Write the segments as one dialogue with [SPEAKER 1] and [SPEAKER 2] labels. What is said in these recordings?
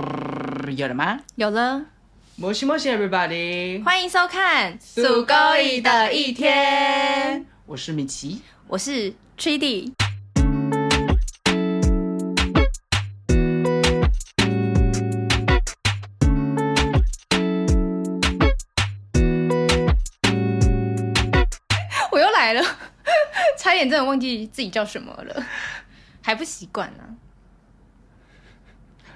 [SPEAKER 1] 不有了吗？
[SPEAKER 2] 有了，
[SPEAKER 1] 摩西摩西，everybody，
[SPEAKER 2] 欢迎收看《
[SPEAKER 3] 属狗蚁的一天》，
[SPEAKER 1] 我是米奇。
[SPEAKER 2] 我是 Tridy。我又来了， 差点真的忘记自己叫什么了，还不习惯呢、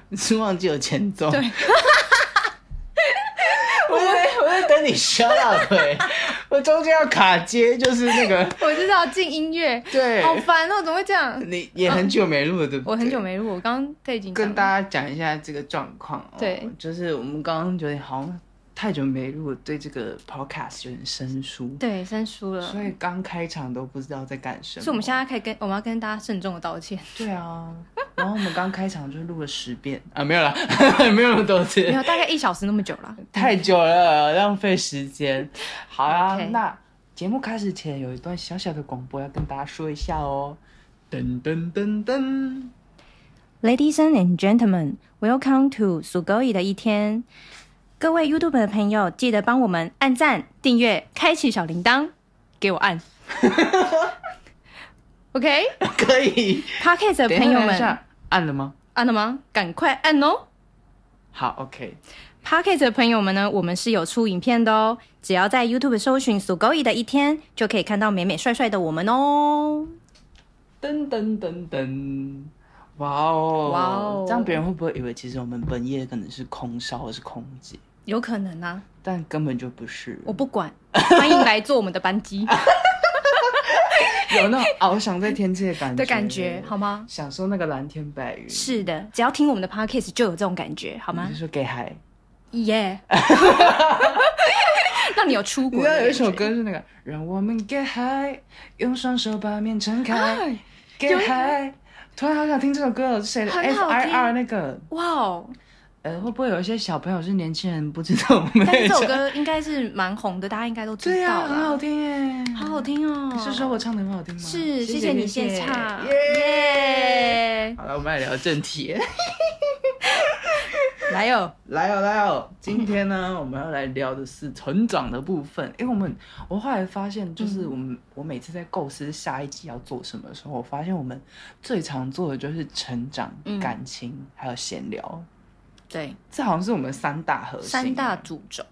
[SPEAKER 1] 你是忘记有前奏？
[SPEAKER 2] 对
[SPEAKER 1] 我在我在等你 shut up，欸 我中间要卡接，就是那个
[SPEAKER 2] 我知道进音乐，
[SPEAKER 1] 对
[SPEAKER 2] 好烦哦、怎么会这样？
[SPEAKER 1] 你也很久没录了，对不对？
[SPEAKER 2] 我很久没录，我刚刚都已经
[SPEAKER 1] 跟
[SPEAKER 2] 讲了
[SPEAKER 1] 大家讲一下这个状况、哦。
[SPEAKER 2] 对，
[SPEAKER 1] 就是我们刚刚有点好像太久没录，对这个 podcast 有点生疏，
[SPEAKER 2] 对生疏了，
[SPEAKER 1] 所以刚开场都不知道在干什么。
[SPEAKER 2] 嗯所以我们现在可以跟我们要跟大家慎重的道歉，
[SPEAKER 1] 对啊，然后我们刚开场就录了十遍 啊，没有啦，没有那么多次
[SPEAKER 2] 没，有大概一小时那么久了。
[SPEAKER 1] 太久了，浪费时间。好啊
[SPEAKER 2] OK
[SPEAKER 1] 那节目开始前有一段小小的广播要跟大家说一下哦。噔噔噔噔，
[SPEAKER 2] Ladies and gentlemen, welcome to 属狗蚁的一天。各位 YouTube 的朋友，记得帮我们按赞、订阅、开启小铃铛，给我 按。OK，
[SPEAKER 1] 可以。
[SPEAKER 2] Podcast 的
[SPEAKER 1] 等一下
[SPEAKER 2] 朋友
[SPEAKER 1] 等一
[SPEAKER 2] 们，
[SPEAKER 1] 下按了吗？
[SPEAKER 2] 按了吗？赶快按哦
[SPEAKER 1] 好，OK。
[SPEAKER 2] ！Podcast 的朋友们呢，我们是有出影片的哦，只要在 YouTube 搜寻“属狗蚁的一天”，就可以看到美美帅帅的我们哦。
[SPEAKER 1] 噔噔噔噔，哇哦，
[SPEAKER 2] 哇哦
[SPEAKER 1] 这样别人会不会以为其实我们本业可能是空少或是空姐？
[SPEAKER 2] 有可能啊，
[SPEAKER 1] 但根本就不是，
[SPEAKER 2] 我不管， 欢迎来坐我们的 班机
[SPEAKER 1] 有那种 翱翔在天际的感觉
[SPEAKER 2] 的感觉，好吗？
[SPEAKER 1] 享受那个蓝天白云。
[SPEAKER 2] 是的，只要听我们的 podcast 就有这种感觉，好
[SPEAKER 1] 你
[SPEAKER 2] 吗
[SPEAKER 1] 就？说给海，嗯
[SPEAKER 2] 耶！让你有出
[SPEAKER 1] 你
[SPEAKER 2] 国
[SPEAKER 1] 知道
[SPEAKER 2] 的
[SPEAKER 1] 有一
[SPEAKER 2] 感觉。
[SPEAKER 1] 首歌是那个“让我们给海，用双手把面撑开
[SPEAKER 2] 哎，
[SPEAKER 1] 给海”。突然好想听这首歌哦，是谁的
[SPEAKER 2] 很
[SPEAKER 1] ？F
[SPEAKER 2] 好
[SPEAKER 1] I
[SPEAKER 2] 听
[SPEAKER 1] R 那个，
[SPEAKER 2] 哇哦！
[SPEAKER 1] 呃，会不会有一些小朋友是年轻人不知道我们
[SPEAKER 2] 但
[SPEAKER 1] 在
[SPEAKER 2] 是这首
[SPEAKER 1] 唱？
[SPEAKER 2] 歌应该是蛮红的，大家应该都知
[SPEAKER 1] 对呀，
[SPEAKER 2] 道
[SPEAKER 1] 很好
[SPEAKER 2] 了。
[SPEAKER 1] 听耶，
[SPEAKER 2] 好好听哦！
[SPEAKER 1] 是说我唱的很好听吗？
[SPEAKER 2] 是，谢谢你献唱，
[SPEAKER 1] 耶！
[SPEAKER 2] 耶！
[SPEAKER 1] 好了，我们来聊正题。
[SPEAKER 2] 来哟，
[SPEAKER 1] 来哦，来哦！今天呢，我们要来聊的是成长的部 分，哎因为我们我后来发现，就是我
[SPEAKER 2] 嗯
[SPEAKER 1] 们、我每次在构思下一集要做什么的时候，我发现我们最常做的就是成长、
[SPEAKER 2] 嗯
[SPEAKER 1] 感情还有闲聊，
[SPEAKER 2] 对，
[SPEAKER 1] 这好像是我们三大核心。
[SPEAKER 2] 三大主轴。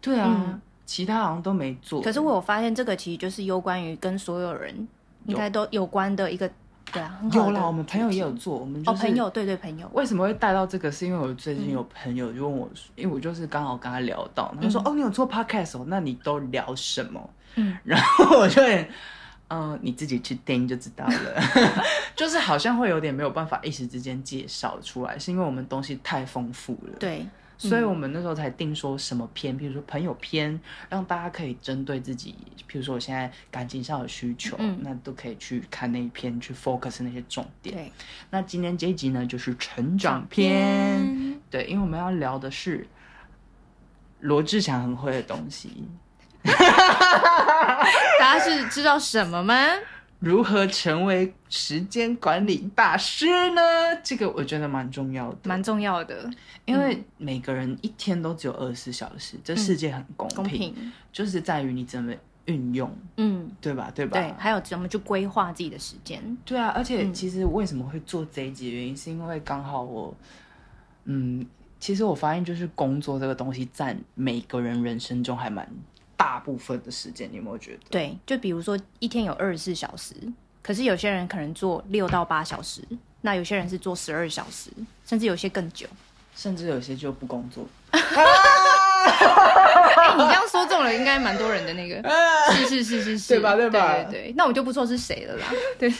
[SPEAKER 1] 对啊，
[SPEAKER 2] 嗯
[SPEAKER 1] 其他好像都没做。
[SPEAKER 2] 可是我有发现，这个其实就是攸关于跟所有人应该都有关的一个，对啊，很好
[SPEAKER 1] 有
[SPEAKER 2] 的
[SPEAKER 1] 啦，我们朋友也有
[SPEAKER 2] 主题
[SPEAKER 1] 做，我们就
[SPEAKER 2] 哦，
[SPEAKER 1] 是、
[SPEAKER 2] 朋友，对对，朋友，
[SPEAKER 1] 为什么会带到这个？是因为我最近有朋友就问我，因为我就是刚好跟他聊到，他说：“哦，你有做 podcast 哦，那你都聊什么？”
[SPEAKER 2] 嗯，
[SPEAKER 1] 然后 我就很，嗯、你自己去听就知道 了。就是好像会有点没有办法一时之间介绍出来，是因为我们东西太丰富了。。
[SPEAKER 2] 对，
[SPEAKER 1] 所以我们那时候才定说什么篇，比如说朋友篇，让大家可以针对自己，譬如说我现在感情上有需求，
[SPEAKER 2] 嗯
[SPEAKER 1] 那都可以去看那一篇，去 focus 那些重点。
[SPEAKER 2] 对，
[SPEAKER 1] 那今天这一集呢，就是成长篇。
[SPEAKER 2] 篇
[SPEAKER 1] 对，因为我们要聊的是罗志祥很会的东西，
[SPEAKER 2] 大家是知道什么吗？
[SPEAKER 1] 如何成为时间管理大师呢？这个我觉得蛮重要的，
[SPEAKER 2] 蛮嗯重要的，
[SPEAKER 1] 因为每个人一天都只有二十四小时，这世界很公平，
[SPEAKER 2] 嗯公平。
[SPEAKER 1] 就是在于你怎么运用，
[SPEAKER 2] 嗯，
[SPEAKER 1] 对吧？对吧？
[SPEAKER 2] 对，嗯还有怎么去规划自己的时间。
[SPEAKER 1] 对啊，而且其实为什么会做这一集的原因，是因为刚好我，嗯，其实我发现就是工作这个东西占每个人人生中还蛮大部分的时间，你有没有觉得？
[SPEAKER 2] 对，就比如说一天有二十四小时，可是有些人可能做六到八小时，那有些人是做十二小时，甚至有些更 久。
[SPEAKER 1] 甚至有些就不工 作。
[SPEAKER 2] 哎、你这样说中了，应该蛮多人的那个。是是是是是，
[SPEAKER 1] 对吧对吧
[SPEAKER 2] 对对对，那我就不说是谁了啦。对，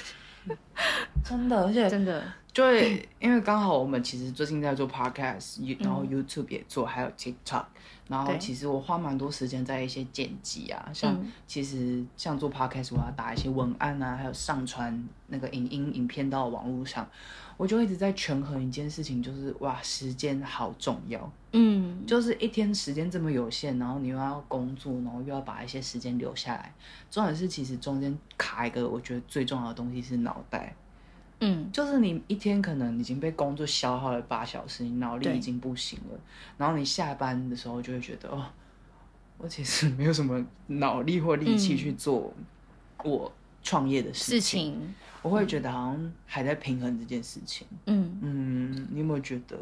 [SPEAKER 1] 真的，而且
[SPEAKER 2] 真的，
[SPEAKER 1] 就会因为刚好我们其实最近在做 podcast，也然后 YouTube 也做，还有 TikTok，然后
[SPEAKER 2] 嗯对
[SPEAKER 1] 其实我花蛮多时间在一些剪辑啊，像
[SPEAKER 2] 嗯
[SPEAKER 1] 其实像做 podcast，我要打一些文案啊，还有上传那个影音影片到网络上，我就一直在权衡一件事情，就是哇，时间好重要，
[SPEAKER 2] 嗯，
[SPEAKER 1] 就是一天时间这么有限，然后你又要工作，然后又要把一些时间留下来，重点是其实中间卡一个我觉得最重要的东西是脑袋。
[SPEAKER 2] 嗯
[SPEAKER 1] 就是你一天可能已经被工作消耗了八小时，你脑力
[SPEAKER 2] 对
[SPEAKER 1] 已经不行了，然后你下班的时候就会觉得哦，我其实没有什么脑力或力气
[SPEAKER 2] 嗯
[SPEAKER 1] 去做我创业的
[SPEAKER 2] 事
[SPEAKER 1] 事情，
[SPEAKER 2] 情，
[SPEAKER 1] 我
[SPEAKER 3] 嗯
[SPEAKER 1] 会觉得好像还在平衡这件事情。
[SPEAKER 2] 嗯，
[SPEAKER 1] 嗯，你有没有觉得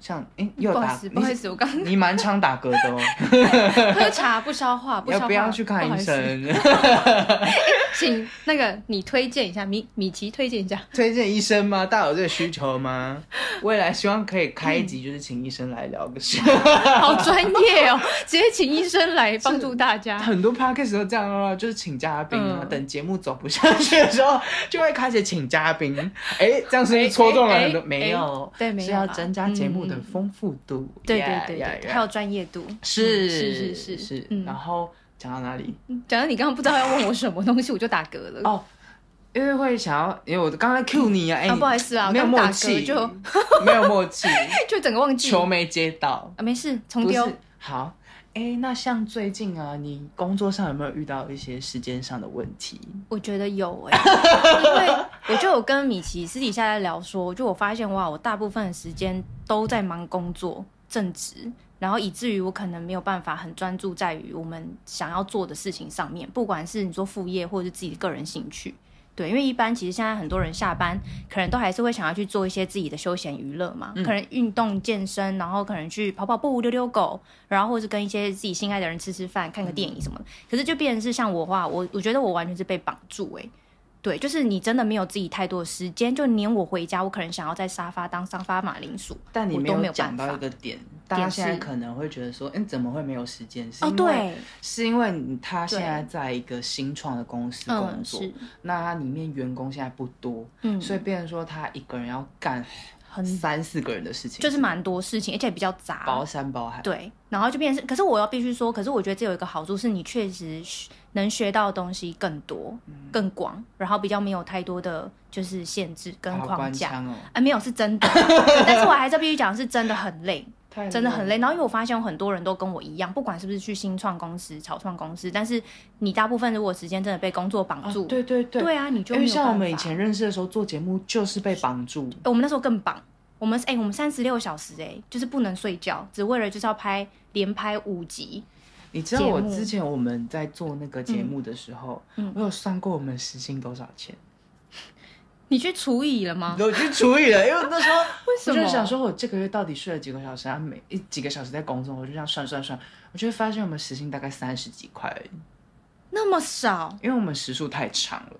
[SPEAKER 1] 像哎、又
[SPEAKER 3] 嗯不好
[SPEAKER 1] 打
[SPEAKER 3] 意思，
[SPEAKER 1] 你
[SPEAKER 3] 不好意思，我刚
[SPEAKER 1] 你蛮常打嗝 的哦，
[SPEAKER 3] 喝茶不消化，不消化，
[SPEAKER 1] 要不要去看
[SPEAKER 3] 不好
[SPEAKER 1] 医
[SPEAKER 3] 意思？
[SPEAKER 1] 生？
[SPEAKER 2] 请那个你推荐一下，米米奇推荐一下，
[SPEAKER 1] 推荐医生吗？大家有这个需求吗？未来希望可以开一集，就是请医生来聊个事。
[SPEAKER 2] 好专业 哦，直接请医生来帮助大家。
[SPEAKER 1] 很多 podcast 都这样啊，就是请嘉宾啊，
[SPEAKER 2] 啊嗯
[SPEAKER 1] 等节目走不下去的时候， 就会开始请嘉宾。哎、这样是不是戳中了很多？
[SPEAKER 2] 哎哎哎
[SPEAKER 1] 没有，
[SPEAKER 2] 对没有
[SPEAKER 1] 是要
[SPEAKER 2] 啦
[SPEAKER 1] 增加节目的
[SPEAKER 2] 嗯嗯嗯
[SPEAKER 1] 丰富度。
[SPEAKER 2] 对对
[SPEAKER 1] Yeah,
[SPEAKER 2] 对
[SPEAKER 1] yeah,
[SPEAKER 2] 对，
[SPEAKER 1] yeah
[SPEAKER 2] 还有专业度。
[SPEAKER 1] 是
[SPEAKER 2] 是是
[SPEAKER 1] 是
[SPEAKER 2] 是
[SPEAKER 1] 是，
[SPEAKER 2] 嗯
[SPEAKER 1] 然后讲到哪里？
[SPEAKER 2] 讲到你刚刚不知道要问我什么东西，我就打嗝了。
[SPEAKER 1] 哦因为会想要，因为我刚才 Q 你啊，哎、
[SPEAKER 2] 啊
[SPEAKER 1] 你
[SPEAKER 2] 不好意思啊
[SPEAKER 1] 没有
[SPEAKER 2] 我刚
[SPEAKER 1] 默
[SPEAKER 2] 打嗝
[SPEAKER 1] 契，
[SPEAKER 2] 就
[SPEAKER 1] 没有默契，
[SPEAKER 2] 哎就整个忘记
[SPEAKER 1] 球没接到。
[SPEAKER 2] 啊，没事，重
[SPEAKER 1] 不是
[SPEAKER 2] 丢。
[SPEAKER 1] 好，哎、那像最近啊，你工作上有没有遇到一些时间上的问题？
[SPEAKER 2] 我觉得有哎、因为我就有跟米奇私底下在聊说，就我发现哇，我大部分的时间都在忙工作、正职，然后以至于我可能没有办法很专注在于我们想要做的事情上面，不管是你做副业或者是自己的个人兴趣。对，因为一般其实现在很多人下班，可能都还是会想要去做一些自己的休闲娱乐嘛，可能运动健身，然后可能去跑跑步、遛遛狗，然后或是跟一些自己心爱的人吃吃饭、看个电影什么的。可是就变成是像我的话，我我觉得我完全是被绑住诶、对，就是你真的没有自己太多的时间，就连我回家，我可能想要在沙发当沙发马铃薯，
[SPEAKER 1] 但你
[SPEAKER 2] 我
[SPEAKER 1] 没
[SPEAKER 2] 都没有
[SPEAKER 1] 讲
[SPEAKER 2] 办
[SPEAKER 1] 到一
[SPEAKER 2] 法。
[SPEAKER 1] 个点，大家
[SPEAKER 2] 点
[SPEAKER 1] 现在
[SPEAKER 2] 是
[SPEAKER 1] 可能会觉得说，哎、怎么会没有时间？是
[SPEAKER 2] 哦，
[SPEAKER 1] 因为，
[SPEAKER 2] 对，
[SPEAKER 1] 是因为你他
[SPEAKER 2] 对
[SPEAKER 1] 现在在一个新创的公司工
[SPEAKER 2] 嗯，
[SPEAKER 1] 作，
[SPEAKER 2] 是，
[SPEAKER 1] 那他里面员工现在不多，
[SPEAKER 2] 嗯，
[SPEAKER 1] 所以变成说他一个人要干
[SPEAKER 2] 很
[SPEAKER 1] 三四个人的事情，
[SPEAKER 2] 就是蛮多事情，而且比较杂，
[SPEAKER 1] 包山包海。
[SPEAKER 2] 对，然后就变成是，可是我要必须说，可是我觉得这有一个好处是，你确实学能学到的东西更多、
[SPEAKER 1] 嗯
[SPEAKER 2] 更广，然后比较没有太多的就是限制跟
[SPEAKER 1] 好
[SPEAKER 2] 框
[SPEAKER 1] 官
[SPEAKER 2] 架。
[SPEAKER 1] 腔哦，
[SPEAKER 2] 啊，没有是真的， 对但是我还是必须讲，是真的很累，
[SPEAKER 1] 太
[SPEAKER 2] 真的很累。
[SPEAKER 1] 了
[SPEAKER 2] 然后因为我发现有很多人都跟我一样，不管是不是去新创公司、草创公司，但是你大部分如果时间真的被工作绑
[SPEAKER 1] 啊
[SPEAKER 2] 住，
[SPEAKER 1] 对对对，
[SPEAKER 2] 对啊，你就
[SPEAKER 1] 因
[SPEAKER 2] 没
[SPEAKER 1] 为
[SPEAKER 2] 有
[SPEAKER 1] 像我
[SPEAKER 2] 办
[SPEAKER 1] 们以
[SPEAKER 2] 法
[SPEAKER 1] 前认识的时候做节目就是被绑住，
[SPEAKER 2] 我们那时候更棒，我们哎、我们三十六小时哎、就是不能睡觉，只为了就是要拍连拍五集，
[SPEAKER 1] 你知道我
[SPEAKER 2] 节目
[SPEAKER 1] 之前我们在做那个节目的时候，
[SPEAKER 2] 嗯嗯
[SPEAKER 1] 我有算过我们时薪多少钱，
[SPEAKER 2] 你去除以了吗？
[SPEAKER 1] 我去除以了，因 为那时候
[SPEAKER 2] 为
[SPEAKER 1] 我
[SPEAKER 2] 什么？
[SPEAKER 1] 就想说，我这个月到底睡了几个小时啊？每一几个小时在工作，我就这样算算算，我就会发现我们时薪大概三十几块而已，
[SPEAKER 2] 那么少
[SPEAKER 1] 因为我们时数太长了。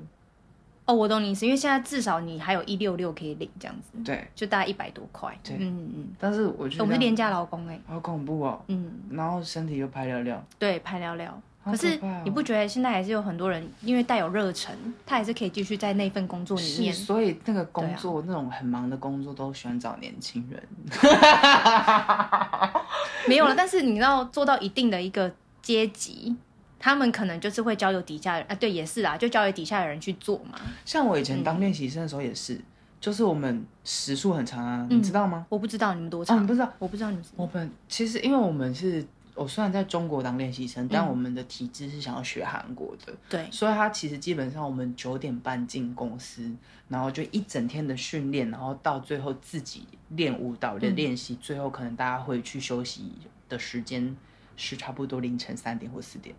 [SPEAKER 2] 哦，我懂你意思，因为现在至少你还有一六六可以领，这样子
[SPEAKER 1] 对，
[SPEAKER 2] 就大概一百多块。
[SPEAKER 1] 对
[SPEAKER 2] 嗯嗯
[SPEAKER 1] 但是我
[SPEAKER 2] 嗯，
[SPEAKER 1] 就
[SPEAKER 2] 我们是
[SPEAKER 1] 这样
[SPEAKER 2] 廉价劳工哎、
[SPEAKER 1] 好恐怖哦，
[SPEAKER 2] 嗯，
[SPEAKER 1] 然后身体又拍了了，
[SPEAKER 2] 对，排聊聊。
[SPEAKER 1] 好
[SPEAKER 2] 可是
[SPEAKER 1] 可怕哦
[SPEAKER 2] 你不觉得现在还是有很多人因为带有热忱，他还是可以继续在那份工作里
[SPEAKER 1] 是，
[SPEAKER 2] 面？
[SPEAKER 1] 所以那个工作、
[SPEAKER 2] 啊
[SPEAKER 1] 那种很忙的工作都喜欢找年轻人。
[SPEAKER 2] 没有了，但是你要做到一定的一个阶级，他们可能就是会交由底下的人啊，对，也是啦，就交由底下的人去做嘛。
[SPEAKER 1] 像我以前
[SPEAKER 2] 嗯
[SPEAKER 1] 当练习生的时候也是，就是我们时数很长啊，
[SPEAKER 2] 嗯
[SPEAKER 1] 你知道吗？
[SPEAKER 2] 我不知道你们
[SPEAKER 1] 哦，
[SPEAKER 2] 多
[SPEAKER 1] 你
[SPEAKER 2] 长，
[SPEAKER 1] 不知道，
[SPEAKER 2] 我不知道你们是
[SPEAKER 1] 我们其实因为我们是，我虽然在中国当练习生，
[SPEAKER 2] 嗯
[SPEAKER 1] 但我们的体制是想要学韩国的，
[SPEAKER 2] 对，
[SPEAKER 1] 所以他其实基本上我们九点半进公司，然后就一整天的训练，然后到最后自己练舞蹈的
[SPEAKER 2] 嗯
[SPEAKER 1] 练习，最后可能大家回去休息的时间是差不多凌晨三点或四点。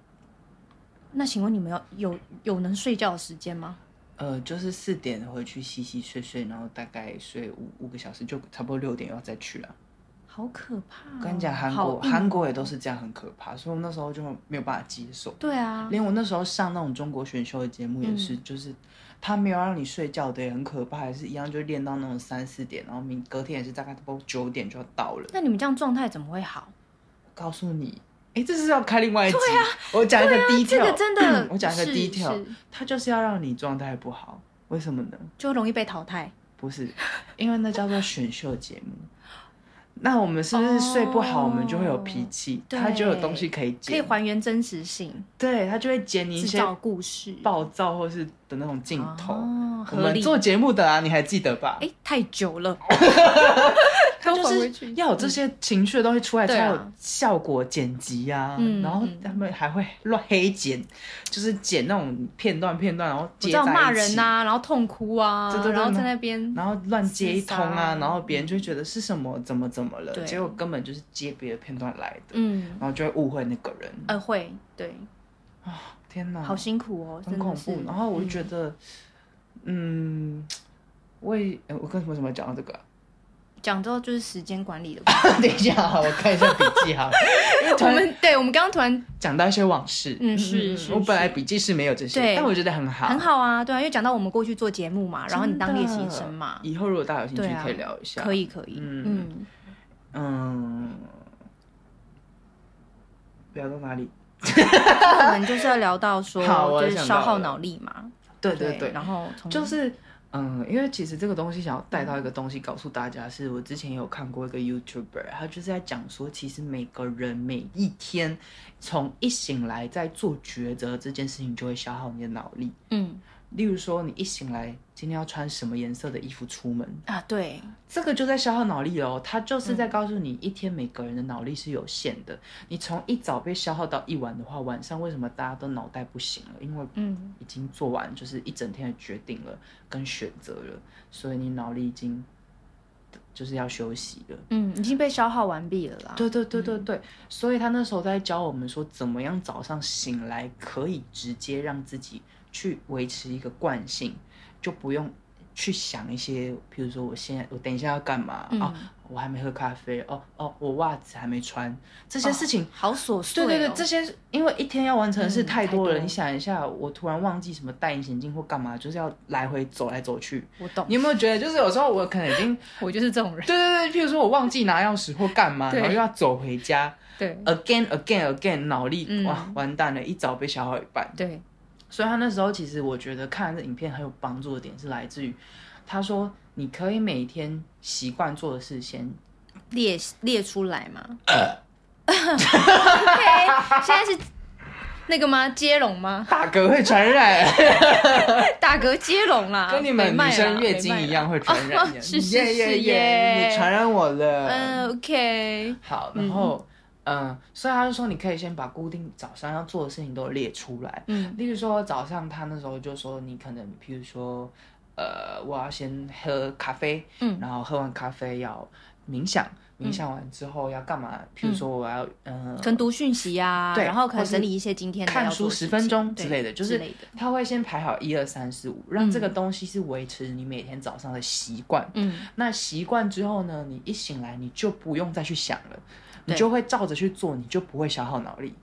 [SPEAKER 2] 那请问你们有有有能睡觉的时间吗？
[SPEAKER 1] 呃，就是四点回去洗洗睡睡，然后大概睡五五个小时，就差不多六点又要再去了。
[SPEAKER 2] 好可怕、哦！
[SPEAKER 1] 我跟你讲，韩
[SPEAKER 2] 好
[SPEAKER 1] 国
[SPEAKER 2] 硬
[SPEAKER 1] 韩国也都是这样，很可怕，所以我那时候就没有办法接受。
[SPEAKER 2] 对啊，
[SPEAKER 1] 连我那时候上那种中国选秀的节目也
[SPEAKER 2] 嗯
[SPEAKER 1] 是，就是他没有让你睡觉的，也很可怕，还是一样就练到那种三四点，然后明隔天也是大概差不多九点就要到了。
[SPEAKER 2] 那你们这样状态怎么会好？
[SPEAKER 1] 我告诉你，哎，这是要开另外一集，我讲一个低
[SPEAKER 2] 这
[SPEAKER 1] 调，
[SPEAKER 2] 个啊真 的，
[SPEAKER 1] 我讲一个
[SPEAKER 2] 是
[SPEAKER 1] 低调
[SPEAKER 2] 是，
[SPEAKER 1] 它就是要让你状态不好，为什么呢？
[SPEAKER 2] 就容易被淘汰。
[SPEAKER 1] 不 是，因为那叫做选秀节目。那我们是不是睡不好，我
[SPEAKER 2] 哦
[SPEAKER 1] 们就会有脾气，
[SPEAKER 2] 对
[SPEAKER 1] 他就有东西可以剪，
[SPEAKER 2] 可以还原真实性，
[SPEAKER 1] 对他就会剪你一
[SPEAKER 2] 制
[SPEAKER 1] 些
[SPEAKER 2] 造故事，
[SPEAKER 1] 暴躁或是的那种镜头。
[SPEAKER 2] 哦，
[SPEAKER 1] 我
[SPEAKER 2] 合
[SPEAKER 1] 们哎
[SPEAKER 2] 理。
[SPEAKER 1] 做节目的啊，你还记得吧？
[SPEAKER 2] 哎，太久了，
[SPEAKER 1] 他
[SPEAKER 3] 都
[SPEAKER 1] 就
[SPEAKER 3] 还回
[SPEAKER 1] 是
[SPEAKER 3] 去
[SPEAKER 1] 要有这
[SPEAKER 2] 嗯
[SPEAKER 1] 些情绪的东西出来，
[SPEAKER 2] 对
[SPEAKER 1] 才
[SPEAKER 2] 啊
[SPEAKER 1] 有效果剪辑啊。
[SPEAKER 2] 嗯
[SPEAKER 1] 然后
[SPEAKER 2] 嗯
[SPEAKER 1] 他们还会乱黑剪，就是剪那种片段片段，然后
[SPEAKER 2] 我
[SPEAKER 1] 接
[SPEAKER 2] 知
[SPEAKER 1] 在
[SPEAKER 2] 道
[SPEAKER 1] 一起
[SPEAKER 2] 骂人啊呐、然后痛哭啊，
[SPEAKER 1] 对对对
[SPEAKER 2] 然后在那边，
[SPEAKER 1] 然后乱接一通
[SPEAKER 2] 厮
[SPEAKER 1] 啊
[SPEAKER 2] 杀，
[SPEAKER 1] 然后别人就会觉得是什么怎么怎么了，
[SPEAKER 2] 对
[SPEAKER 1] 结果根本就是接别的片段来的，
[SPEAKER 2] 嗯，
[SPEAKER 1] 然后就会误会那个人。啊
[SPEAKER 2] 呃，会，对，
[SPEAKER 1] 天哪，
[SPEAKER 2] 好辛苦哦，
[SPEAKER 1] 嗯很
[SPEAKER 2] 真的
[SPEAKER 1] 恐
[SPEAKER 2] 是
[SPEAKER 1] 怖。然后我就觉
[SPEAKER 2] 嗯
[SPEAKER 1] 得，嗯，我也呃我跟什么什么讲到这个啊、
[SPEAKER 2] 讲到就是时间管理的部分，
[SPEAKER 1] 等一下啊，我看一下笔记哈。突
[SPEAKER 2] 我
[SPEAKER 1] 然
[SPEAKER 2] 们 对我们刚刚突然
[SPEAKER 1] 讲到一些往事，
[SPEAKER 2] 嗯是是
[SPEAKER 1] 我本来
[SPEAKER 2] 是
[SPEAKER 1] 笔记是没有这些，
[SPEAKER 2] 对
[SPEAKER 1] 但我觉得很好，
[SPEAKER 2] 很好啊，对啊，因为讲到我们过去做节目嘛，
[SPEAKER 1] 真的。
[SPEAKER 2] 然后你当练习生嘛，
[SPEAKER 1] 以后如果大家有兴
[SPEAKER 2] 对
[SPEAKER 1] 趣
[SPEAKER 2] 啊
[SPEAKER 1] 可以聊一下，
[SPEAKER 2] 可，以可以，
[SPEAKER 1] 嗯
[SPEAKER 2] 嗯，
[SPEAKER 1] 嗯，聊到
[SPEAKER 2] 嗯
[SPEAKER 1] 哪里？
[SPEAKER 2] 可能就是要聊到说
[SPEAKER 1] 好我
[SPEAKER 2] 就是
[SPEAKER 1] 想
[SPEAKER 2] 消
[SPEAKER 1] 到
[SPEAKER 2] 耗
[SPEAKER 1] 了
[SPEAKER 2] 脑力嘛，
[SPEAKER 1] 对对对，
[SPEAKER 2] 然后从
[SPEAKER 1] 就是。嗯，因为其实这个东西想要带到一个东西告诉大家，是我之前有看过一个 YouTuber，他就是在讲说，其实每个人每一天从一醒来在做抉择这件事情，就会消耗你的脑力。
[SPEAKER 2] 嗯
[SPEAKER 1] 例如说，你一醒来今天要穿什么颜色的衣服出门，
[SPEAKER 2] 啊对，
[SPEAKER 1] 这个就在消耗脑力喽，它就是在告诉你，一天每个人的脑力是有限的。你从一早被消耗到一晚的话，晚上为什么大家都脑袋不行了？因为
[SPEAKER 2] 嗯
[SPEAKER 1] 已经做完就是一整天的决定了跟选择了，所以你脑力已经就是要休息了。
[SPEAKER 2] 嗯，已经被消耗完毕了啦，
[SPEAKER 1] 对对对对对，所以他那时候在教我们说，怎么样早上醒来可以直接让自己去维持一个惯性，就不用去想一些，比如说我现在我等一下要干嘛、
[SPEAKER 2] 嗯
[SPEAKER 1] 啊，我还没喝咖啡哦哦，我袜子还没穿，这些事情。
[SPEAKER 2] 好琐
[SPEAKER 1] 哦对
[SPEAKER 2] 碎哦，
[SPEAKER 1] 对对，这些因为一天要完成的事
[SPEAKER 2] 嗯
[SPEAKER 1] 太多了，
[SPEAKER 2] 太多
[SPEAKER 1] 你想一下，我突然忘记什么戴隐形镜或干嘛，就是要来回走来走去。
[SPEAKER 2] 我懂，
[SPEAKER 1] 你有没有觉得，就是有时候我可能已经
[SPEAKER 2] 我就是这种人，
[SPEAKER 1] 对对对，譬如说我忘记拿钥匙或干嘛，
[SPEAKER 2] 对
[SPEAKER 1] 然后又要走回家，
[SPEAKER 2] 对
[SPEAKER 1] again again again，脑力、
[SPEAKER 2] 嗯
[SPEAKER 1] 哇完蛋了，一早被消耗一半。
[SPEAKER 2] 对，
[SPEAKER 1] 所以他那时候其实我觉得看这影片很有帮助的点是来自于，他说你可以每天习惯做的事先，
[SPEAKER 2] 列列出来 嘛。OK，现在是那个吗？接龙吗？
[SPEAKER 1] 大哥会传染，
[SPEAKER 2] 打嗝接龙啦，
[SPEAKER 1] 跟你们
[SPEAKER 2] 没
[SPEAKER 1] 女
[SPEAKER 2] 卖啦
[SPEAKER 1] 生月经一。样会传染。
[SPEAKER 2] 啊是 是
[SPEAKER 1] 耶耶
[SPEAKER 2] 是
[SPEAKER 1] 耶，
[SPEAKER 2] 耶
[SPEAKER 1] 你传染我了。
[SPEAKER 2] 没卖啦嗯，OK，
[SPEAKER 1] 好，然后嗯、呃所以他就说你可以先把固定早上要做的事情都列出来，
[SPEAKER 2] 嗯
[SPEAKER 1] 例如说早上他那时候就说你可能，譬如说，呃，我要先喝咖啡，
[SPEAKER 2] 嗯
[SPEAKER 1] 然后喝完咖啡要冥想，冥想完之后要干嘛？譬如说我要，嗯、
[SPEAKER 2] 可能读讯息啊，
[SPEAKER 1] 对
[SPEAKER 2] 然后可
[SPEAKER 1] 或
[SPEAKER 2] 能
[SPEAKER 1] 是
[SPEAKER 2] 整理一些今天的
[SPEAKER 1] 看
[SPEAKER 2] 要做
[SPEAKER 1] 书
[SPEAKER 2] 的事
[SPEAKER 1] 十分
[SPEAKER 2] 情
[SPEAKER 1] 钟
[SPEAKER 2] 对
[SPEAKER 1] 之类的，就
[SPEAKER 2] 之
[SPEAKER 1] 是
[SPEAKER 2] 类的
[SPEAKER 1] 他会先排好一二三四五，让这个
[SPEAKER 2] 嗯
[SPEAKER 1] 东西是维持你每天早上的习惯。
[SPEAKER 2] 嗯
[SPEAKER 1] 那习惯之后呢，你一醒来你就不用再去想了，你
[SPEAKER 2] 对
[SPEAKER 1] 就会照着去做，你就不会消耗脑力。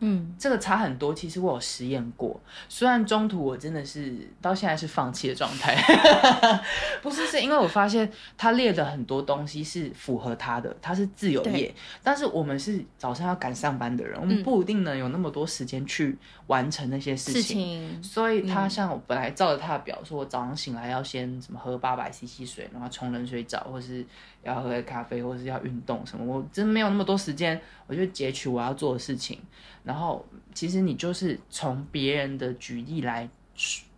[SPEAKER 2] 嗯，
[SPEAKER 1] 这个差很多。其实我有实验过，虽然中途我真的是到现在是放弃的状态， 不是是因为我发现他列的很多东西是符合他的，他是自由业
[SPEAKER 2] 对，
[SPEAKER 1] 但是我们是早上要赶上班的人，我们
[SPEAKER 2] 嗯
[SPEAKER 1] 不一定能有那么多时间去完成那些事
[SPEAKER 2] 事
[SPEAKER 1] 情。
[SPEAKER 2] 情
[SPEAKER 1] 所以他
[SPEAKER 2] 嗯
[SPEAKER 1] 像我本来照着他的表，说我早上醒来要先什么喝八百 CC 水，然后冲冷水澡，或是要喝咖啡，或是要运动什么。我真没有那么多时间，我就截取我要做的事情。然后其实你就是从别人的举例来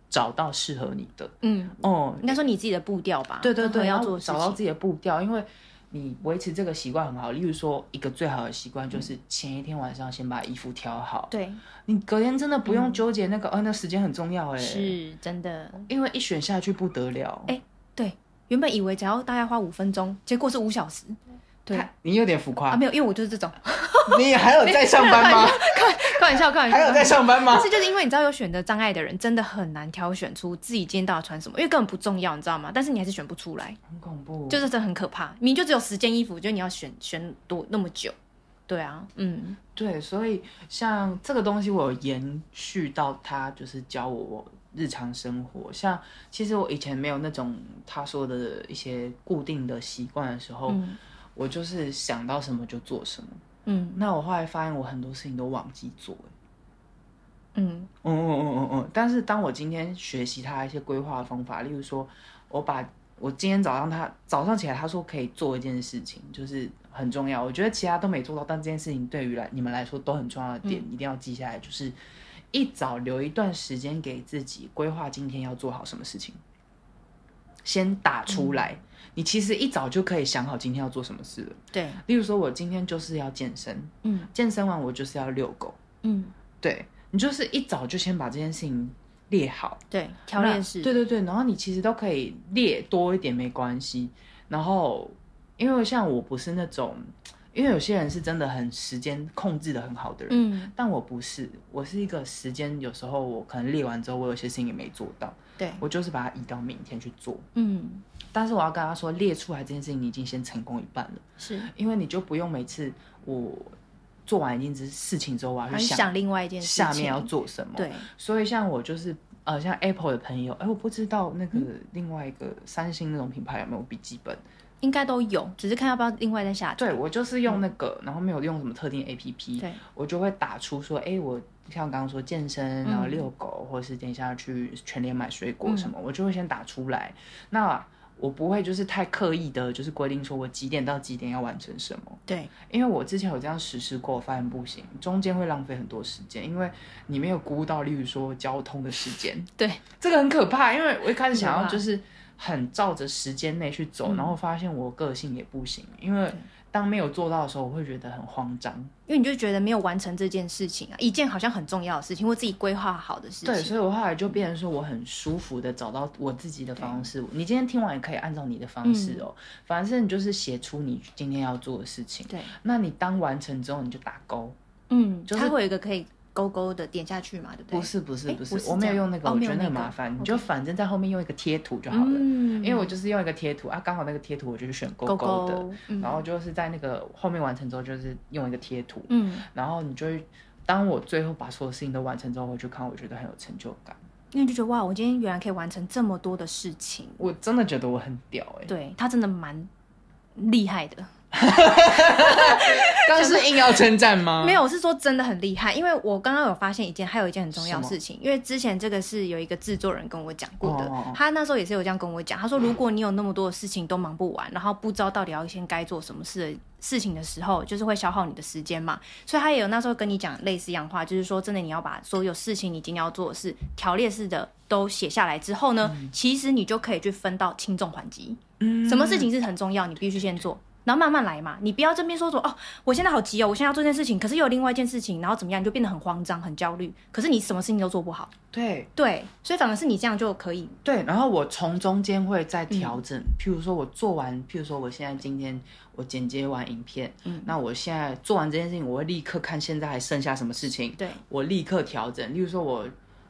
[SPEAKER 1] 找到适合你的。
[SPEAKER 2] 嗯，
[SPEAKER 1] 哦、
[SPEAKER 2] 应该说你自己的步调吧，
[SPEAKER 1] 对对对，
[SPEAKER 2] 要
[SPEAKER 1] 然后
[SPEAKER 2] 做的事
[SPEAKER 1] 找到
[SPEAKER 2] 情，
[SPEAKER 1] 自己的步调，因为你维持这个习惯很好。例如说，一个最好的习惯就是前一天晚上先把衣服挑好，
[SPEAKER 2] 对，
[SPEAKER 1] 你隔天真的不用纠结那个，哦，那时间很重要哎。
[SPEAKER 2] 是真的。
[SPEAKER 1] 因为一选下去不得了。
[SPEAKER 2] 哎对，原本以为只要大概花五分钟，结果是五小时。对
[SPEAKER 1] 看你有点浮夸
[SPEAKER 2] 啊，没有，因为我就是这种，
[SPEAKER 1] 你还有在上班吗？
[SPEAKER 2] 开玩笑，开玩笑。
[SPEAKER 1] 还有在上班吗
[SPEAKER 2] 但？是就是因为你知道有选择障碍的人，真的很难挑选出自己今天到底穿什么，因为根本不重要，你知道吗？但是你还是选不出来，
[SPEAKER 1] 很恐怖，
[SPEAKER 2] 就是这很可怕。明明就只有十件衣服，就你要选选多那么久。对啊，嗯
[SPEAKER 1] 对，所以像这个东西，我有延续到他就是教我日常生活。像其实我以前没有那种他说的一些固定的习惯的时候，
[SPEAKER 2] 嗯
[SPEAKER 1] 我就是想到什么就做什么。
[SPEAKER 2] 嗯
[SPEAKER 1] 那我后来发现，我很多事情都忘记做、欸
[SPEAKER 2] 嗯
[SPEAKER 1] 嗯嗯嗯嗯嗯，但是当我今天学习他一些规划的方法，例如说，我把我今天早上他早上起来他说可以做一件事情，就是很重要。我觉得其他都没做到，但这件事情对于来你们来说都很重要的点，一定要记下来，就是一早留一段时间给自己规划今天要做好什么事情，先打出来。你其实一早就可以想好今天要做什么事了。
[SPEAKER 2] 对，
[SPEAKER 1] 例如说，我今天就是要健身，
[SPEAKER 2] 嗯
[SPEAKER 1] 健身完我就是要遛狗。
[SPEAKER 2] 嗯，
[SPEAKER 1] 对你就是一早就先把这件事情列好，
[SPEAKER 2] 对，条
[SPEAKER 1] 那
[SPEAKER 2] 列式，
[SPEAKER 1] 对对对，然后你其实都可以列多一点没关系。然后，因为像我不是那种，因为有些人是真的很时间控制的很好的人，
[SPEAKER 2] 嗯
[SPEAKER 1] 但我不是，我是一个时间有时候我可能列完之后，我有些事情也没做到，
[SPEAKER 2] 对，
[SPEAKER 1] 我就是把它移到明天去做。
[SPEAKER 2] 嗯
[SPEAKER 1] 但是我要跟他说，列出来这件事情你已经先成功一半了，
[SPEAKER 2] 是，
[SPEAKER 1] 因为你就不用每次我做完一件事情之后，我要
[SPEAKER 2] 还
[SPEAKER 1] 去
[SPEAKER 2] 是
[SPEAKER 1] 想
[SPEAKER 2] 想另外一件事情，
[SPEAKER 1] 下面要做什么。
[SPEAKER 2] 对，
[SPEAKER 1] 所以像我就是呃，像 Apple 的朋友，哎，我不知道那个另外一个三星那种品牌有没有笔记本。
[SPEAKER 2] 应该都有，只是看要不要另外再下载。
[SPEAKER 1] 对我就是用那个，然后没有用什么特定 APP，
[SPEAKER 2] 对
[SPEAKER 1] 我就会打出说，哎，我像刚刚说健身，然后遛狗，或者是等一下去全联买水果什么，我就会先打出来。那我不会就是太刻意的，就是规定说我几点到几点要完成什么。
[SPEAKER 2] 对
[SPEAKER 1] 因为我之前有这样实施过，我发现不行，中间会浪费很多时间，因为你没有估到，例如说交通的时间，
[SPEAKER 2] 对，
[SPEAKER 1] 这个很可怕。因为我一开始想要
[SPEAKER 2] 很可怕
[SPEAKER 1] 就是很照着时间内去
[SPEAKER 2] 嗯
[SPEAKER 1] 走，然后发现我个性也不行，因为当没有做到的时候，我会觉得很慌张。
[SPEAKER 2] 因为你就觉得没有完成这件事情啊，一件好像很重要的事情，或自己规划好的事
[SPEAKER 1] 对，
[SPEAKER 2] 情。
[SPEAKER 1] 所以我后来就变成说，我很舒服的找到我自己的方式。
[SPEAKER 2] 嗯
[SPEAKER 1] 你今天听完也可以按照你的方式哦，反正你就是写出你今天要做的事情。
[SPEAKER 2] 对，
[SPEAKER 1] 那你当完成之后，你就打勾。
[SPEAKER 2] 嗯，
[SPEAKER 1] 就是
[SPEAKER 2] 它会有一个可以勾勾的点下去嘛，对不对？
[SPEAKER 1] 不是不是
[SPEAKER 2] 诶
[SPEAKER 1] 不是，
[SPEAKER 2] 不是
[SPEAKER 1] 我没
[SPEAKER 2] 这
[SPEAKER 1] 有
[SPEAKER 2] 样
[SPEAKER 1] 用那个，
[SPEAKER 2] 哦
[SPEAKER 1] 我
[SPEAKER 2] 没
[SPEAKER 1] 觉
[SPEAKER 2] 有
[SPEAKER 1] 得那个
[SPEAKER 2] 那个
[SPEAKER 1] 麻烦，你
[SPEAKER 2] OK
[SPEAKER 1] 就反正在后面用一个贴图就好了。
[SPEAKER 2] 嗯，
[SPEAKER 1] 因为我就是用一个贴图啊，刚好那个贴图我就是选勾
[SPEAKER 2] 勾
[SPEAKER 1] 勾的，
[SPEAKER 2] 勾嗯
[SPEAKER 1] 然后就是在那个后面完成之后，就是用一个贴图，
[SPEAKER 2] 嗯，
[SPEAKER 1] 然后你就会，当我最后把所有事情都完成之后，我就看我觉得很有成就感，
[SPEAKER 2] 因为就觉得哇，我今天原来可以完成这么多的事情，
[SPEAKER 1] 我真的觉得我很屌哎、
[SPEAKER 2] 对他真的蛮厉害的。
[SPEAKER 1] 刚刚是硬要称赞吗？
[SPEAKER 2] 没有，我是说真的很厉害，因为我刚刚有发现一件，还有一件很重要的
[SPEAKER 1] 什么
[SPEAKER 2] 事情，因为之前这个是有一个制作人跟我讲过的，
[SPEAKER 1] 哦哦哦
[SPEAKER 2] 他那时候也是有这样跟我讲，他说如果你有那么多的事情都忙不完，然后不知道到底要先该做什么事的事情的时候，就是会消耗你的时间嘛，所以他也有那时候跟你讲类似一样的话，就是说真的你要把所有事情你今天要做的事条列式的都写下来之后呢，其实你就可以去分到轻重缓急。
[SPEAKER 1] 嗯
[SPEAKER 2] 什么事情是很重要，你必须先做，然后慢慢来嘛。你不要这边说说哦，我现在好急哦，我现在要做这件事情，可是又有另外一件事情，然后怎么样，你就变得很慌张、很焦虑。可是你什么事情都做不好，
[SPEAKER 1] 对
[SPEAKER 2] 对，所以反而是你这样就可以，
[SPEAKER 1] 对，然后我从中间会再
[SPEAKER 2] 嗯
[SPEAKER 1] 调整，譬如说我做完，譬如说我现在今天我剪接完影片，
[SPEAKER 2] 嗯
[SPEAKER 1] 那我现在做完这件事情，我会立刻看现在还剩下什么事情，
[SPEAKER 2] 对，
[SPEAKER 1] 我立刻调整。例如说，我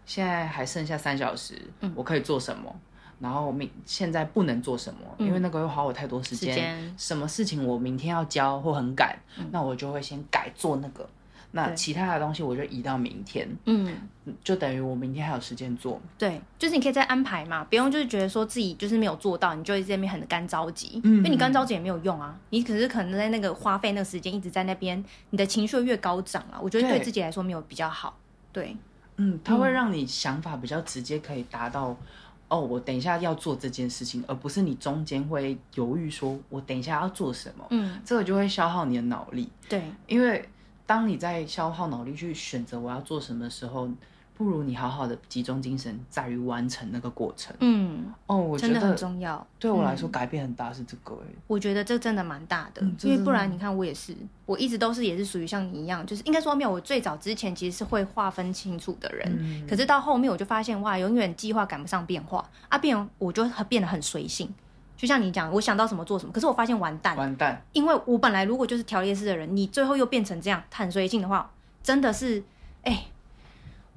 [SPEAKER 1] 现在还剩下三小时，
[SPEAKER 2] 嗯
[SPEAKER 1] 我可以做什么？然后明现在不能做什么，
[SPEAKER 2] 嗯
[SPEAKER 1] 因为那个会花我太多时间。
[SPEAKER 2] 时间嗯
[SPEAKER 1] 什么事情我明天要交或很赶，那我就会先改做那个。那
[SPEAKER 2] 对
[SPEAKER 1] 其他的东西我就移到明天，
[SPEAKER 2] 嗯，
[SPEAKER 1] 就等于我明天还有时间做。
[SPEAKER 2] 对，就是你可以再安排嘛，不用就是觉得说自己就是没有做到，你就一直在那边很干着急，
[SPEAKER 1] 嗯
[SPEAKER 2] 因为你干着急也没有用啊，你可是可能在那个花费那个时间一直在那边，你的情绪会越高涨啊，我觉得
[SPEAKER 1] 对
[SPEAKER 2] 对自己来说没有比较好，对，
[SPEAKER 1] 嗯，它会让你想法比较直接，可以达到。哦，我等一下要做这件事情，而不是你中间会犹豫说，我等一下要做什么，
[SPEAKER 2] 嗯，
[SPEAKER 1] 这个就会消耗你的脑力。
[SPEAKER 2] 对，
[SPEAKER 1] 因为当你在消耗脑力去选择我要做什么的时候，不如你好好的集中精神在于完成那个过程。
[SPEAKER 2] 嗯，
[SPEAKER 1] 哦，我觉
[SPEAKER 2] 真的很
[SPEAKER 1] 得
[SPEAKER 2] 重要。嗯
[SPEAKER 1] 对我来说改变很大是这个、欸，
[SPEAKER 2] 我觉得这真的蛮大的，
[SPEAKER 1] 嗯这
[SPEAKER 2] 因为
[SPEAKER 1] 真
[SPEAKER 2] 不
[SPEAKER 1] 的
[SPEAKER 2] 然你看我也是，我一直都是也是属于像你一样，就是应该说没有，我最早之前其实是会划分清楚的人，
[SPEAKER 1] 嗯
[SPEAKER 2] 可是到后面我就发现哇，永远计划赶不上变化啊，变我就很变得很随性，就像你讲，我想到什么做什么，可是我发现完蛋，
[SPEAKER 1] 完蛋，
[SPEAKER 2] 因为我本来如果就是条列式的人，你最后又变成这样很随性的话，真的是哎、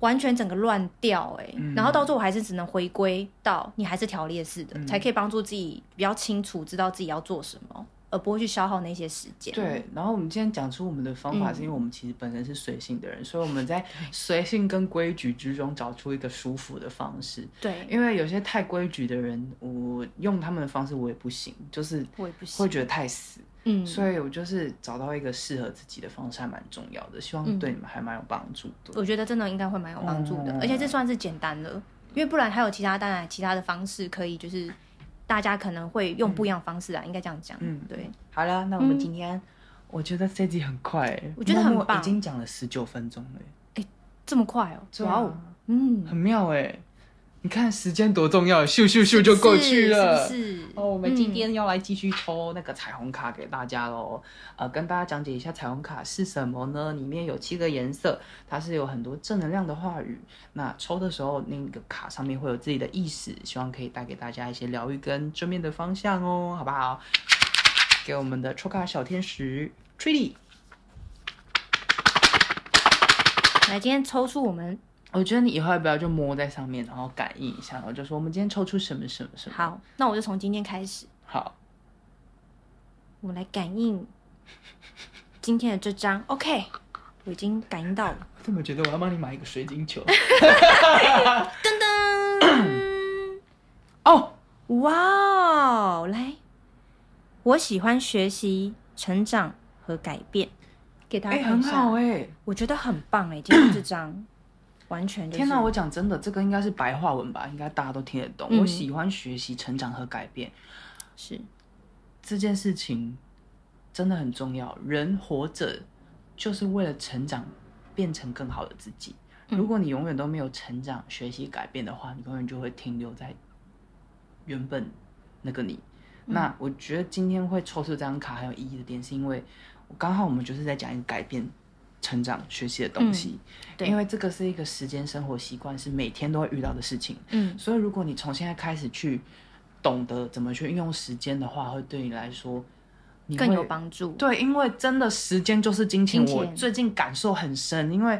[SPEAKER 2] 完全整个乱掉哎、
[SPEAKER 1] 嗯
[SPEAKER 2] 然后到最后我还是只能回归到你还是条列式的，
[SPEAKER 1] 嗯
[SPEAKER 2] 才可以帮助自己比较清楚知道自己要做什么，而不会去消耗那些时间。
[SPEAKER 1] 对。然后我们今天讲出我们的方法，
[SPEAKER 2] 嗯
[SPEAKER 1] 是因为我们其实本身是随性的人，所以我们在随性跟规矩之中找出一个舒服的方式。
[SPEAKER 2] 对，
[SPEAKER 1] 因为有些太规矩的人，我用他们的方式我也不行，就是
[SPEAKER 2] 我也不行
[SPEAKER 1] 会觉得太死。
[SPEAKER 2] 嗯，
[SPEAKER 1] 所以我就是找到一个适合自己的方式还蛮重要的，希望
[SPEAKER 2] 嗯
[SPEAKER 1] 对你们还蛮有帮助的。
[SPEAKER 2] 我觉得真的应该会蛮有帮助的，
[SPEAKER 1] 哦
[SPEAKER 2] 而且这算是简单了，因为不然还有其他当然其他的方式可以就是。大家可能会用不一样的方式啊，应该这样讲。
[SPEAKER 1] 嗯
[SPEAKER 2] 对，
[SPEAKER 1] 好了，那我们今天、我觉得这集很快欸、
[SPEAKER 2] 嗯我觉得很
[SPEAKER 1] 默默
[SPEAKER 2] 棒
[SPEAKER 1] 已经讲了十九分钟了欸、
[SPEAKER 2] 这么快哦、
[SPEAKER 1] 对啊
[SPEAKER 2] 哇哦，嗯，
[SPEAKER 1] 很妙哎、你看时间多重要，咻咻咻就过去了。
[SPEAKER 2] 是不是？
[SPEAKER 1] 哦，我们今
[SPEAKER 2] 嗯
[SPEAKER 1] 天要来继续抽那个彩虹卡给大家喽。呃，跟大家讲解一下彩虹卡是什么呢？里面有七个颜色，它是有很多正能量的话语。那抽的时候，那个卡上面会有自己的意识，希望可以带给大家一些疗愈跟正面的方向哦，好不好？给我们的抽卡小天使 Trilly，嗯
[SPEAKER 2] 来，今天抽出我们
[SPEAKER 1] 我觉得你以后要不要就摸在上面，然后感应一下，然后就说我们今天抽出什么什么什么。
[SPEAKER 2] 好，那我就从今天开始，
[SPEAKER 1] 好，
[SPEAKER 2] 我们来感应今天的这张。OK，我已经感应到了。
[SPEAKER 1] 我怎么觉得我要帮你买一个水晶球？
[SPEAKER 2] 噔噔，
[SPEAKER 1] 哦，
[SPEAKER 2] 哇哦！来，我喜欢学习、成长和改变。给大
[SPEAKER 1] 哎、
[SPEAKER 2] 家看
[SPEAKER 1] 很
[SPEAKER 2] 一下，
[SPEAKER 1] 好哎、
[SPEAKER 2] 我觉得很棒哎、今天这张 完全就是
[SPEAKER 1] 天哪！我讲真的，这个应该是白话文吧，应该大家都听得懂。
[SPEAKER 2] 嗯
[SPEAKER 1] 我喜欢学习、成长和改变
[SPEAKER 2] 是
[SPEAKER 1] 这件事情，真的很重要。人活着就是为了成长，变成更好的自己。
[SPEAKER 2] 嗯
[SPEAKER 1] 如果你永远都没有成长、学习、改变的话，你永远就会停留在原本那个你。
[SPEAKER 2] 嗯
[SPEAKER 1] 那我觉得今天会抽出这张卡很有意义的点，是因为刚好我们就是在讲一个改变、成长、学习的东西。
[SPEAKER 2] 嗯对
[SPEAKER 1] 因为这个是一个时间生活习惯，是每天都会遇到的事情。
[SPEAKER 2] 嗯
[SPEAKER 1] 所以如果你从现在开始去懂得怎么去运用时间的话，会对你来说你
[SPEAKER 2] 更
[SPEAKER 1] 会
[SPEAKER 2] 有帮助。
[SPEAKER 1] 对，因为真的时间就是金钱，
[SPEAKER 2] 金
[SPEAKER 1] 我
[SPEAKER 2] 钱嗯
[SPEAKER 1] 最近感受很深，因为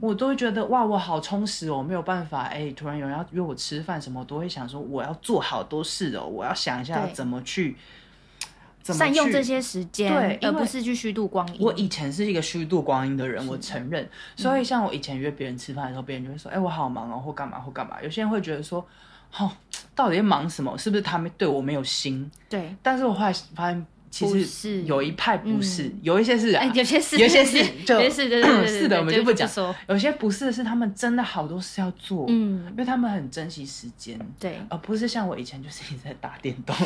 [SPEAKER 1] 我都会觉得哇，我好充实哦，没有办法，哎，突然有人要约我吃饭什么，我都会想说我要做好多事哦，我要想一下
[SPEAKER 2] 对
[SPEAKER 1] 怎么去怎么
[SPEAKER 2] 善用
[SPEAKER 1] 去
[SPEAKER 2] 这些时间，
[SPEAKER 1] 对因
[SPEAKER 2] 而
[SPEAKER 1] 为
[SPEAKER 2] 不是去虚度光阴。
[SPEAKER 1] 我以前是一个虚度光阴的人，我承认。
[SPEAKER 2] 嗯
[SPEAKER 1] 所以像我以前约别人吃饭的时候，别人就会说：“哎、我好忙哦，或干嘛或干嘛。”有些人会觉得说：“哦，到底在忙什么？是不是他们对我没有心
[SPEAKER 2] 对？”，
[SPEAKER 1] 但是我后来发现，其
[SPEAKER 2] 不
[SPEAKER 1] 实
[SPEAKER 2] 是
[SPEAKER 1] 有一派不是，
[SPEAKER 2] 嗯
[SPEAKER 1] 有一些是、啊
[SPEAKER 2] 哎，有些事，
[SPEAKER 1] 有些事就
[SPEAKER 2] 有些事，对对对对
[SPEAKER 1] 是的我们就
[SPEAKER 2] 就
[SPEAKER 1] 不讲
[SPEAKER 2] 说。
[SPEAKER 1] 有些不是，是他们真的好多事要做，
[SPEAKER 2] 嗯
[SPEAKER 1] 因，为他们很珍惜时间。
[SPEAKER 2] 对。
[SPEAKER 1] 而不是像我以前就是一直在打电动，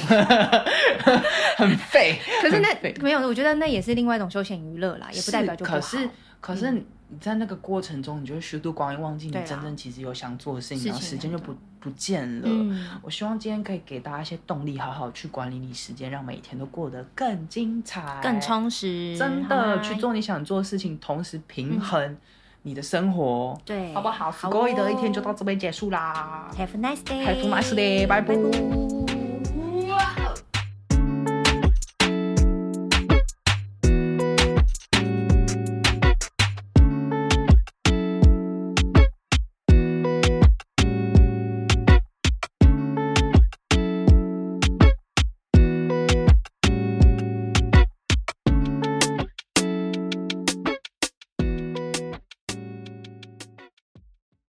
[SPEAKER 1] 很废。
[SPEAKER 2] 可是那
[SPEAKER 1] 很废
[SPEAKER 2] 没有，我觉得那也是另外一种休闲娱乐啦，也不代表就不好。嗯
[SPEAKER 1] 可是可是你在那个过程中，你就会虚度光阴，忘记你
[SPEAKER 2] 对啦
[SPEAKER 1] 真正其实有想做的事情，
[SPEAKER 2] 事
[SPEAKER 1] 然后
[SPEAKER 2] 情
[SPEAKER 1] 时间就
[SPEAKER 2] 很
[SPEAKER 1] 不
[SPEAKER 2] 多
[SPEAKER 1] 不见了。
[SPEAKER 2] 嗯，
[SPEAKER 1] 我希望今天可以给大家一些动力，好好去管理你时间，让每一天都过得更精彩、
[SPEAKER 2] 更。充实，
[SPEAKER 1] 真
[SPEAKER 2] 好
[SPEAKER 1] 的
[SPEAKER 2] 吗
[SPEAKER 1] 去。做你想做的事情，同时平衡你的生活，
[SPEAKER 2] 对，
[SPEAKER 1] 好不好？
[SPEAKER 2] 好
[SPEAKER 1] 好
[SPEAKER 2] 哦，
[SPEAKER 1] 各位的一天就到这边结束啦。
[SPEAKER 2] Have a nice day.
[SPEAKER 1] Have a nice day. 拜拜
[SPEAKER 2] 拜拜